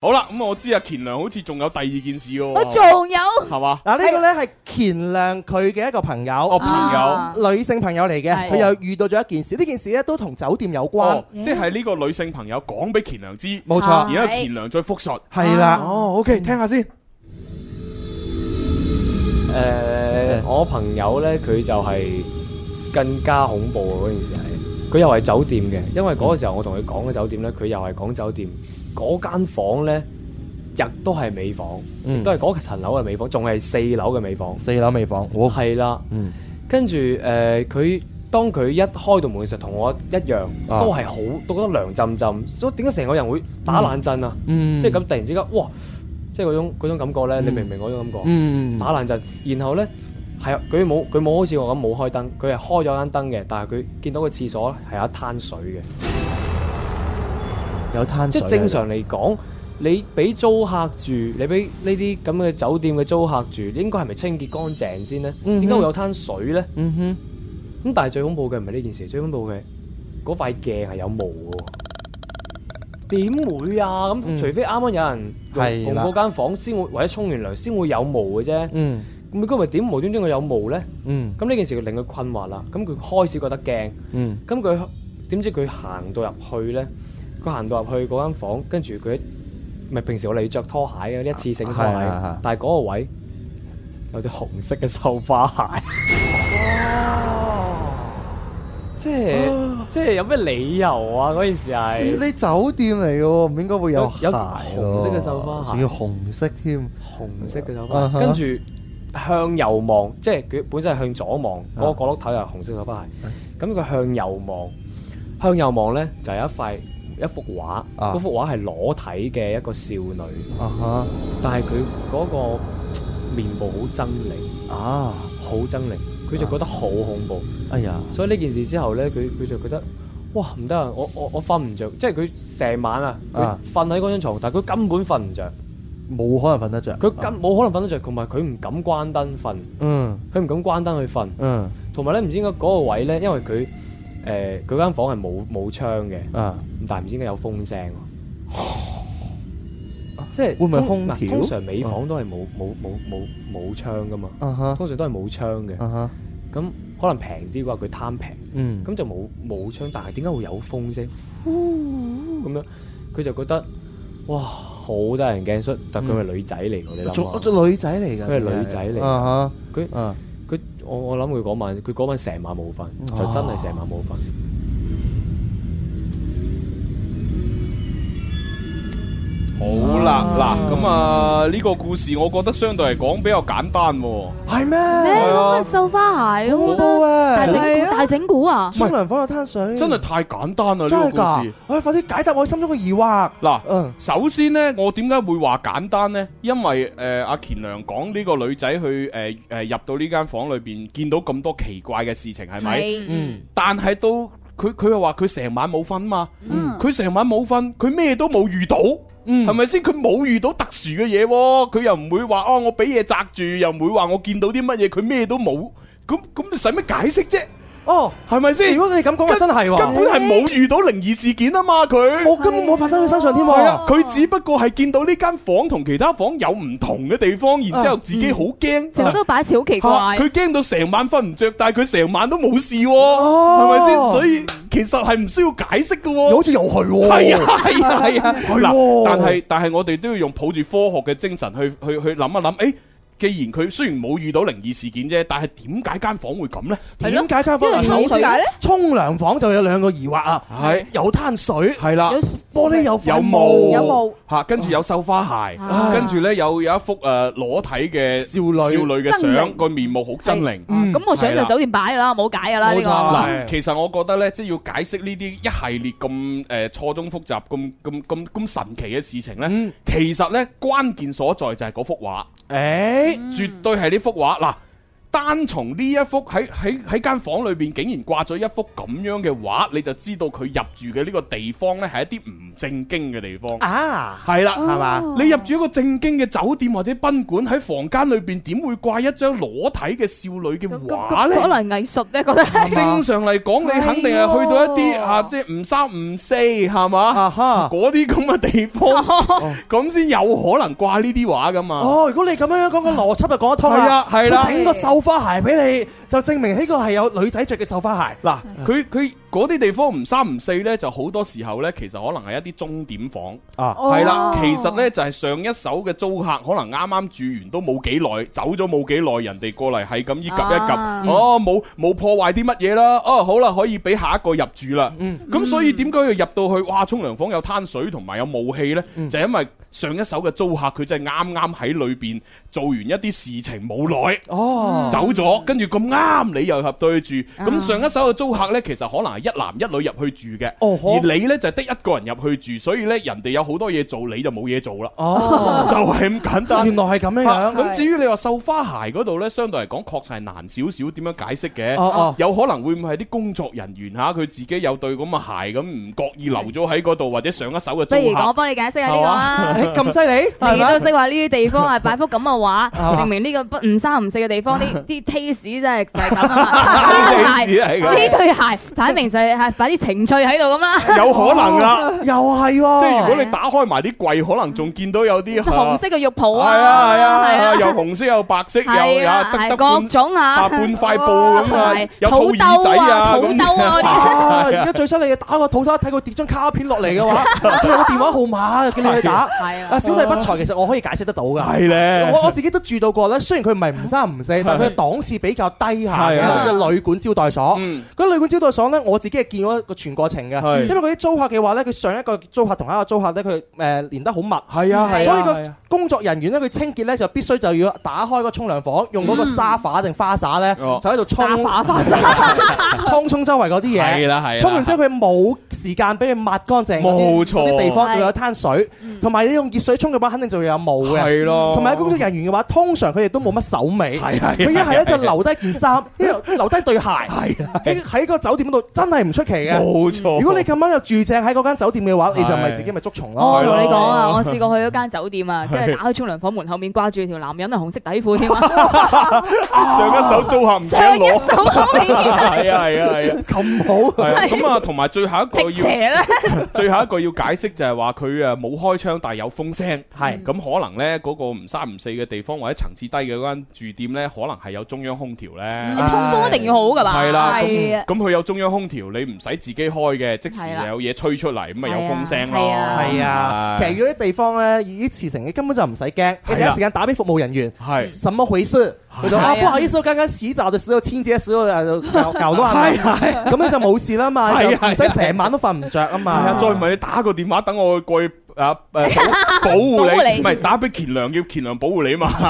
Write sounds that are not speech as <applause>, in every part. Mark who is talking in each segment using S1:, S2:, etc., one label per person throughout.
S1: 好啦，咁我知阿乾良好似仲有第二件事喎，
S2: 我仲有
S1: 係嘛？
S3: 嗱呢個呢係乾亮佢嘅一個朋
S1: 哦，
S3: 友，
S1: 朋友
S2: 啊。
S3: 女性朋友嚟嘅，
S2: 係
S3: 佢又遇到咗一件事，呢件事呢都同酒店有關
S1: 哦，，即係呢個女性朋友講俾乾良知，
S3: 冇
S2: 啊
S3: 錯，
S1: 然後乾良再復述。
S3: 係啦，
S1: 哦，OK，聽下先。
S4: 誒、呃
S3: 嗯
S4: 我朋友呢，佢就係更加恐怖啊！嗰件事係，佢又係酒店嘅，因為嗰個時候我同佢講嘅酒店呢，佢又係講酒店嗰間房呢，亦都係尾房，
S3: 嗯
S4: 都係嗰層樓嘅尾房，仲係四樓嘅尾房，
S3: 四樓尾房，我
S4: 係啦。
S3: 嗯
S4: 跟住誒，呃佢、當佢一開到門嘅時候，同我一樣，
S3: 啊
S4: 都係好都覺得涼浸浸，所以點解成個人會打冷震啊？
S3: 嗯
S4: 即係咁突然之間，哇！即係嗰種嗰種感覺呢，你明唔明嗰種感覺？
S3: 嗯
S4: 打冷震，然後咧係啊佢冇佢冇好似我咁冇開燈，佢係開咗間燈嘅，但係佢見到個廁所係有一灘水嘅，
S3: 有攤
S4: 即係正常嚟講，你俾租客住，你俾呢啲咁嘅酒店嘅租客住，應該係咪清潔乾淨先呢？
S3: 嗯哼
S4: 點解會有灘水呢？
S3: 嗯哼。
S4: 咁但係最恐怖嘅唔係呢件事，最恐怖嘅嗰塊鏡係有毛嘅喎。點會啊？
S3: 嗯
S4: 咁除非啱啱有人用
S3: 係啦
S4: 用嗰間房先會，或者沖完涼先會有毛嘅啫。
S3: 嗯
S4: 咁佢咪點無端端佢有毛呢？
S3: 嗯
S4: 咁呢件事就令佢困惑啦。咁佢開始覺得驚，
S3: 嗯
S4: 咁佢點知佢行到入去呢？佢行到入去嗰間房，跟住佢咪平時我哋着拖鞋嘅呢一次性拖
S3: 係係係
S4: 鞋，但係嗰個位有隻紅色嘅 <laughs> 繡花鞋。即係即係有咩理由啊？嗰件事係
S5: 呢酒店嚟嘅喎，唔應該會有
S4: 有
S5: 鞋
S4: 有
S5: 喎
S4: 紅色嘅繡花鞋
S5: 仲要紅色添。
S4: 紅色嘅手
S3: 啊
S4: 花，
S3: 哈
S4: 跟住向右望，即係佢本身係向左望，嗰個角落頭又係紅色手
S3: 啊
S4: 花鞋。咁佢向右望，向右望咧就有一塊一幅畫，
S3: 啊
S4: 嗰幅畫係裸體嘅一個少女，
S3: 啊
S4: 但係佢嗰個嘖面部好猙獰，
S3: 哈啊！
S4: 好狰獰，佢就覺得好恐怖。
S3: 哎呀，
S4: 所以呢件事之後咧，佢佢就覺得。哇，唔得啊！我我我瞓唔着，即係佢成晚啊，佢
S3: 啊
S4: 瞓喺嗰張床，但係佢根本瞓唔着，
S3: 冇可能瞓得着。
S4: 佢根冇可能瞓得着，同埋佢唔敢關燈瞓。
S3: 嗯
S4: 佢唔敢關燈去瞓，
S3: 嗯
S4: 同埋咧唔知點解嗰個位咧，因為佢誒佢間房係冇冇窗嘅，
S3: 啊
S4: 但係唔知點解有風聲喎。即係
S3: 哦會唔會
S4: 通
S3: 空
S4: 嗱
S3: 調
S4: 通常美房都係冇冇冇冇冇窗噶嘛，
S3: 啊哈
S4: 通常都係冇窗嘅。
S3: 啊哈
S4: 咁可能平啲啩，佢貪平，
S3: 嗯
S4: 咁就冇冇窗，但係點解會有風聲？呼咁樣佢就覺得哇好得人驚，所以但佢係女仔嚟喎，你諗
S5: 仲
S4: 下，
S5: 仲女仔嚟㗎，
S4: 佢係女仔嚟㗎
S5: 啊
S4: 佢
S5: 哈啊！
S4: 佢我我諗佢嗰晚，佢嗰晚成晚冇瞓，就真係成晚冇瞓。
S1: 好啦，嗱，咁啊呢個故事我覺得相對嚟講比較簡單喎。
S5: 係咩？
S2: 你
S1: 係啊
S2: 諗下繡花鞋，我
S5: 恐
S2: 覺得
S5: 怖啊
S2: 大！整係蠱啊大整蠱啊！
S5: 沖涼房有灘
S3: 嗯
S5: 水，
S1: 真係太簡單啦啊呢
S5: 真
S1: 個
S5: 係
S1: 故
S5: 㗎
S1: 事。！
S5: 哎，快啲解答我心中嘅疑惑。
S1: 嗱，
S5: 嗯
S1: 首先呢，我點解會話簡單呢？因為誒阿乾良講呢個女仔去誒誒入到呢間房裏邊，見到咁多奇怪嘅事情，係咪？
S3: 嗯
S1: 但係到佢佢又話佢成晚冇瞓嘛，
S2: 嗯
S1: 佢成晚冇瞓，佢咩都冇遇到。
S3: 嗯
S1: 係咪先？佢冇遇到特殊嘅嘢喎，佢又唔會話哦，我俾嘢擲住，又唔會話我見到啲乜嘢，佢咩都冇。咁咁你使乜解釋啫？
S5: 哦，
S1: 係咪先
S5: 如？果你咁講，真係
S1: 根
S5: 喎，
S1: 本係冇遇到靈異事件啊嘛，佢
S5: 我根本冇發生喺佢身上添
S1: 係
S5: 喎
S1: 啊，。佢只不過係見到呢間房同其他房有唔同嘅地方，然之後自己好驚。
S2: 啊嗯
S1: 啊
S2: 成日都擺設好奇怪，
S1: 嚇佢驚到成晚瞓唔着，但係佢成晚都冇事喎，係咪
S5: 哦
S1: 先？所以其實係唔需要解釋嘅
S5: 你
S1: 喎
S5: 好。似又係喎，
S1: 係啊係啊係啊，
S5: 哦係
S1: 嗱，
S5: 喎
S1: 但係但係我哋都要用抱住科學嘅精神去去去諗一諗，誒，既然佢雖然冇遇到靈異事件啫，但係點解間房會咁呢？
S5: 點解間房
S2: 因為有
S5: 首先
S2: 水咧
S5: 沖涼房就有兩個疑惑啊，
S1: 係
S5: 有灘水，
S1: 係啦，
S5: 玻璃有塊
S1: 有
S5: 霧
S2: 有霧
S1: 吓，跟
S5: 哦
S1: 住有繡花鞋，
S2: 啊
S1: 跟住呢，有有一幅誒裸體嘅
S5: 少女
S1: 少女嘅
S2: 猙獰
S1: 相，個面目好猙獰。
S2: 嗯咁我想就酒店擺㗎啦，冇解㗎啦呢
S5: 冇錯
S2: 個。
S1: 嗱，其實我覺得咧，即係要解釋呢啲一系列咁誒錯綜複雜、咁咁咁咁神奇嘅事情咧，
S3: 嗯
S1: 其實咧關鍵所在就係嗰幅畫，
S5: 誒，
S2: 嗯
S1: 絕對係呢幅畫。嗱，單從呢一幅喺喺喺間房裏邊竟然掛咗一幅咁樣嘅畫，你就知道佢入住嘅呢個地方呢係一啲唔正經嘅地方。
S3: 啊，
S1: 係啦，
S3: 係嘛
S2: 哦
S1: 你入住一個正經嘅酒店或者賓館，喺房間裏邊點會掛一張裸體嘅少女嘅
S2: 咁
S1: 畫
S2: 咁可
S1: 呢？
S2: 能藝術咧，覺得係啊
S1: 正常嚟講，你肯定係去到一
S2: 係
S1: 啲
S2: 喎
S1: 啊，即係唔三唔四，係嘛？
S3: 啊哈，
S1: 嗰啲咁嘅地
S2: 哦
S1: 方，咁先有可能掛呢啲畫噶嘛？
S3: 哦，如果你咁樣樣講個邏輯就講得通
S1: 係
S3: 啦，
S1: 啊，係啦
S3: 佢。整個繡花鞋俾你，就證明呢個係有女仔着嘅繡花鞋。
S1: 嗱，佢佢嗰啲地方唔三唔四呢，就好多時候呢，其實可能係一啲鐘點房，
S3: 啊，
S1: 係啦、
S2: 哦
S1: 其實呢，就係、上一手嘅租客，可能啱啱住完都冇幾耐，走咗冇幾耐，人哋過嚟係咁依及一及，
S2: 啊
S1: 哦，冇冇破壞啲乜嘢啦，哦，好啦，可以俾下一個入住啦。
S3: 嗯
S1: 咁所以點解要入到去？哇！沖涼房有攤水同埋有霧氣呢，
S3: 嗯
S1: 就係因為上一手嘅租客佢真係啱啱喺裏邊做完一啲事情冇耐。
S3: 哦，
S1: 走咗，跟住咁啱你又入到去住，咁
S2: 啊
S1: 上一手嘅租客呢，其實可能係一男一女入去住嘅，
S3: 哦呵
S1: 而你呢，就得一個人入去住，所以呢，人哋有好多嘢做，你就冇嘢做啦，
S3: 哦，
S1: 就係咁簡單
S3: <laughs> 原。來係咁樣
S1: 啊
S3: 樣。
S1: 咁至於你話繡花鞋嗰度呢，相對嚟講確實係難少少，點樣解釋嘅？
S3: 哦
S1: 有可能會唔會係啲工作人員嚇佢自己有對咁嘅鞋咁唔覺意留咗喺嗰度，或者上一手嘅
S2: 不如
S1: 租
S2: 我
S1: 客
S2: 幫你解釋下呢個啊
S3: 哦，。誒咁犀利哦係
S2: 你都
S3: 咪？
S2: 識話呢啲地方係擺幅咁嘅畫，
S3: 係嘛
S2: 證明呢個不唔三唔四嘅地方，呢啲 taste 真係就係咁啊
S1: taste
S2: 嘛！呢對
S1: 係
S2: 鞋，
S1: 咁
S2: 呢對鞋擺明就係係擺啲情趣喺度咁啦。
S1: 有可能啦。
S3: 又係
S1: 即係如
S3: 喎，
S1: 果你打開埋啲櫃，可能仲見到有啲
S2: 紅色嘅浴袍
S1: 係
S2: 啊，
S1: 啊係啊，
S2: 係
S1: 係
S2: 啊
S1: 啊，有紅色 <laughs> 有白色有
S2: 係
S1: 有
S2: 啊，
S1: 得
S2: 係
S1: 得
S2: 各
S1: 半
S2: 種
S1: 啊
S2: 啊，
S1: 半塊布咁啊
S2: <laughs> 係
S1: 有
S2: 土
S1: 兔耳
S2: 兜
S1: 仔啊
S2: 啊，土
S1: 咁
S2: 兜
S1: <laughs>
S2: 啊嗰
S3: <laughs>
S2: 啲。
S3: <laughs> 啊，而家最犀利嘅打個肚胎，睇佢跌張卡片落嚟
S1: <laughs>
S3: 嘅話，佢有個電話號碼，叫你去打。
S2: 係啊
S3: 啊，小弟不才，其實我可以解釋得到㗎。
S1: 係咧，
S3: 我我自己都住到過咧，雖然佢唔係唔三唔四，但係佢嘅檔次比較低下嘅
S1: 係啊
S3: 佢嘅旅館招待所。
S1: 嗯
S3: 嗰旅館招待所咧，我自己係見過一個全過程嘅，
S1: 係
S3: 因為嗰啲租客嘅話咧，佢上一個租客同下一個租客咧，佢誒連得好密。
S1: 係啊係啊，
S3: 所以
S1: 係
S3: 個
S1: 啊
S3: 工作人員咧，佢清潔咧就必須就要打開個沖涼房，用嗰個沙發定花灑咧，
S1: 嗯哦
S3: 就喺度沖
S2: 打化化身，
S3: 沖沖周圍嗰啲嘢。
S1: 係啦係啦，
S3: 沖完之後佢冇時間俾佢抹乾淨嗰啲
S1: 冇錯
S3: 嗰啲地方，
S2: 係
S3: 會有灘水，同埋你用熱水沖嘅話，肯定就會有霧嘅。
S1: 係咯，
S3: 同埋工作人員嘅話，通常佢哋都冇乜手尾，
S1: 係係
S3: 佢一係咧就留低件衫，一係留低對鞋，喺喺個酒店嗰度真係唔出奇嘅。
S1: 冇錯，
S3: 如果你咁啱又住正喺嗰間酒店嘅話，你就咪
S1: 哦係哦
S3: 自己咪捉蟲
S2: 我
S3: 咯。
S2: 同你講啊，
S1: 係咯
S2: 我試過去嗰間酒店啊，跟住打開沖涼房門後面掛住條
S1: <laughs>
S2: 男人啊紅色底褲添啊，
S1: 上一手租客唔記得
S2: 上一
S1: 攞，
S2: 手好
S1: <laughs>
S2: 明顯
S1: 係啊係啊係啊。
S3: 咁好，
S1: 係啊，咁啊，同埋最後一
S2: <laughs>
S1: 個
S2: 辟邪
S1: 要
S2: 咧。
S1: 最後一個要解釋就係話佢誒冇開窗，但係有風聲，
S3: 係
S1: 咁可能呢嗰個唔三唔四嘅地方或者層次低嘅嗰間住店呢，可能係有中央空調呢。
S2: 通風一定要好噶嘛，
S1: 啊係啦，
S2: 係
S1: 咁
S2: 啊
S1: 咁佢有中央空調，你唔使自己開嘅，即時
S2: 係啦
S1: 有嘢吹出嚟，咁咪有
S2: 係啊
S1: 風聲咯。
S2: 係啊
S3: 係啊。其實
S1: 係
S3: 如果啲地方咧以啲事成，你根本就唔使驚，你第一時間打俾服務人員。
S1: 係
S3: 什麼回事？佢就
S2: 係
S3: 啊，
S2: 啊
S3: 不好意思，我剛剛洗澡的時候清潔的時候呃搞搞
S1: <laughs>
S3: 亂啊
S1: 係啊係
S3: 咁你就冇事啦嘛，就
S1: 係啊
S3: 唔使成晚都瞓唔着啊
S1: 係
S3: 嘛
S1: 啊，。再唔係你打個電話等我過去
S2: <laughs>
S1: 啊誒保保護
S2: 保護
S1: 你，
S2: 你
S1: 唔係打俾乾良叫乾良保護你嘛。
S2: <laughs>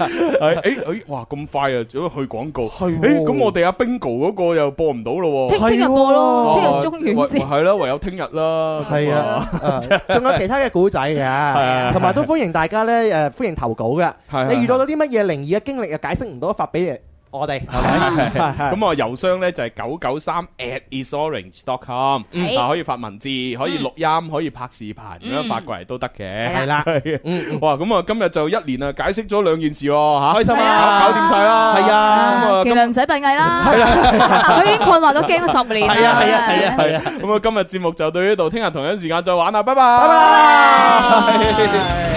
S1: 係誒誒，哇咁快啊，早去廣告。誒
S3: 係喎
S1: 咁我哋阿 Bingo 嗰個又播唔到咯喎。
S2: 聽聽日播咯，聽
S1: 哦
S2: 日中
S1: 唯
S2: 完先。
S1: 係啦，唯有聽日啦。
S3: 係啊，啊仲有其他嘅古仔
S1: 啊
S3: 嘅，同埋都歡迎大家咧誒，歡迎投稿
S1: 係
S3: 嘅。
S1: 啊，係啊
S3: 你遇到咗啲乜嘢靈異嘅經歷又解釋唔到，發俾我哋。係咪
S1: 係
S3: 係係
S1: 咁啊，郵箱咧就係九九三 at isorange.com，
S2: 嗯
S1: 啊可以發文字，可以錄音，可以拍視頻咁樣發過嚟都得嘅。
S3: 係啦，
S1: 係
S3: 嗯嗯
S1: 哇，咁啊，今日就一連啊解釋咗兩件事喎，
S3: 開
S1: 嚇，
S3: 心
S2: 係
S3: 啊
S2: 啊！
S1: 搞掂晒啦，
S3: 係啊
S1: 咁啊
S2: 啊，
S1: 今
S2: 儘量唔使閉翳啦。 <laughs> 佢已經困惑咗驚咗十年啦。
S3: 係啊係啊係啊
S1: 係啊，咁啊，今日節目就到呢度，聽日同樣時間再玩啦，拜拜，
S3: 拜拜。